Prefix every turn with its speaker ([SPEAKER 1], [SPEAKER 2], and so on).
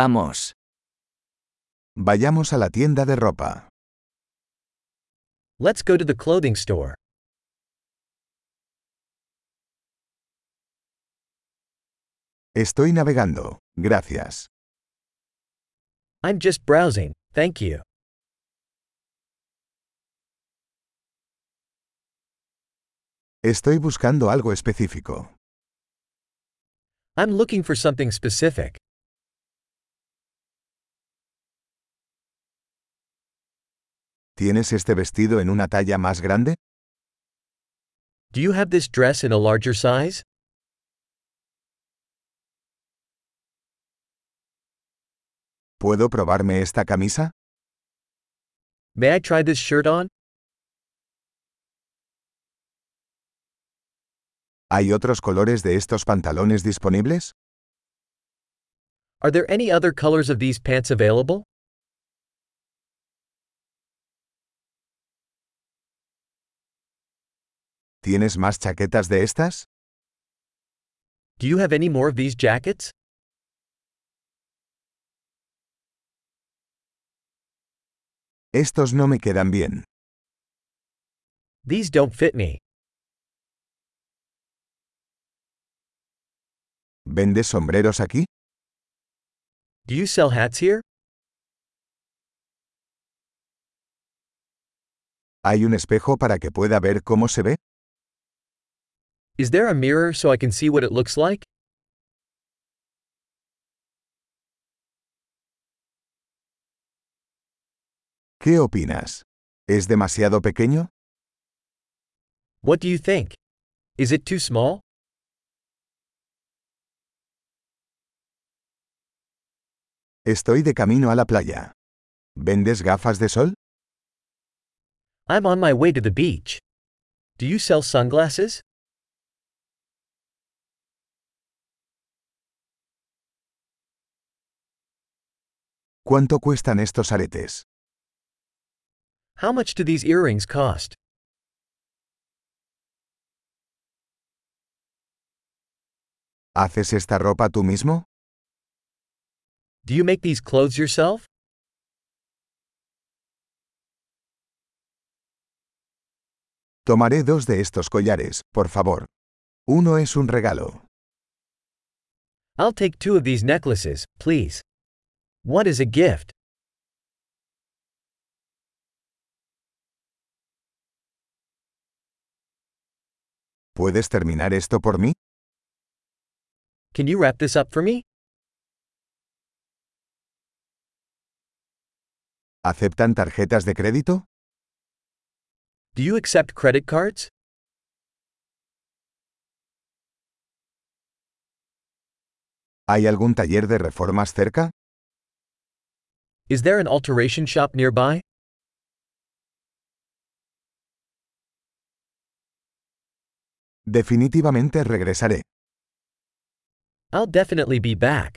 [SPEAKER 1] Vamos.
[SPEAKER 2] Vayamos a la tienda de ropa.
[SPEAKER 3] Let's go to the clothing store.
[SPEAKER 2] Estoy navegando, gracias.
[SPEAKER 3] I'm just browsing, thank you.
[SPEAKER 2] Estoy buscando algo específico.
[SPEAKER 3] I'm looking for something specific.
[SPEAKER 2] ¿Tienes este vestido en una talla más grande?
[SPEAKER 3] Do you have this dress in a larger size?
[SPEAKER 2] ¿Puedo probarme esta camisa?
[SPEAKER 3] May I try this shirt on?
[SPEAKER 2] ¿Hay otros colores de estos pantalones disponibles?
[SPEAKER 3] Are there any other colors of these pants available?
[SPEAKER 2] ¿Tienes más chaquetas de estas?
[SPEAKER 3] Do you have any more of these jackets?
[SPEAKER 2] Estos no me quedan bien.
[SPEAKER 3] These don't fit me.
[SPEAKER 2] ¿Vendes sombreros aquí?
[SPEAKER 3] Do you sell hats here?
[SPEAKER 2] ¿Hay un espejo para que pueda ver cómo se ve?
[SPEAKER 3] Is there a mirror so I can see what it looks like?
[SPEAKER 2] ¿Qué opinas? ¿Es demasiado pequeño?
[SPEAKER 3] What do you think? Is it too small?
[SPEAKER 2] Estoy de camino a la playa. ¿Vendes gafas de sol?
[SPEAKER 3] I'm on my way to the beach. Do you sell sunglasses?
[SPEAKER 2] ¿Cuánto cuestan estos aretes?
[SPEAKER 3] How much do these earrings cost?
[SPEAKER 2] ¿Haces esta ropa tú mismo?
[SPEAKER 3] Do you make these clothes yourself?
[SPEAKER 2] Tomaré dos de estos collares, por favor. Uno es un regalo.
[SPEAKER 3] I'll take two of these necklaces, please. What is a gift?
[SPEAKER 2] ¿Puedes terminar esto por mí?
[SPEAKER 3] Can you wrap this up for me?
[SPEAKER 2] ¿Aceptan tarjetas de crédito?
[SPEAKER 3] Do you accept credit cards?
[SPEAKER 2] ¿Hay algún taller de reformas cerca?
[SPEAKER 3] Is there an alteration shop nearby?
[SPEAKER 2] Definitivamente regresaré.
[SPEAKER 3] I'll definitely be back.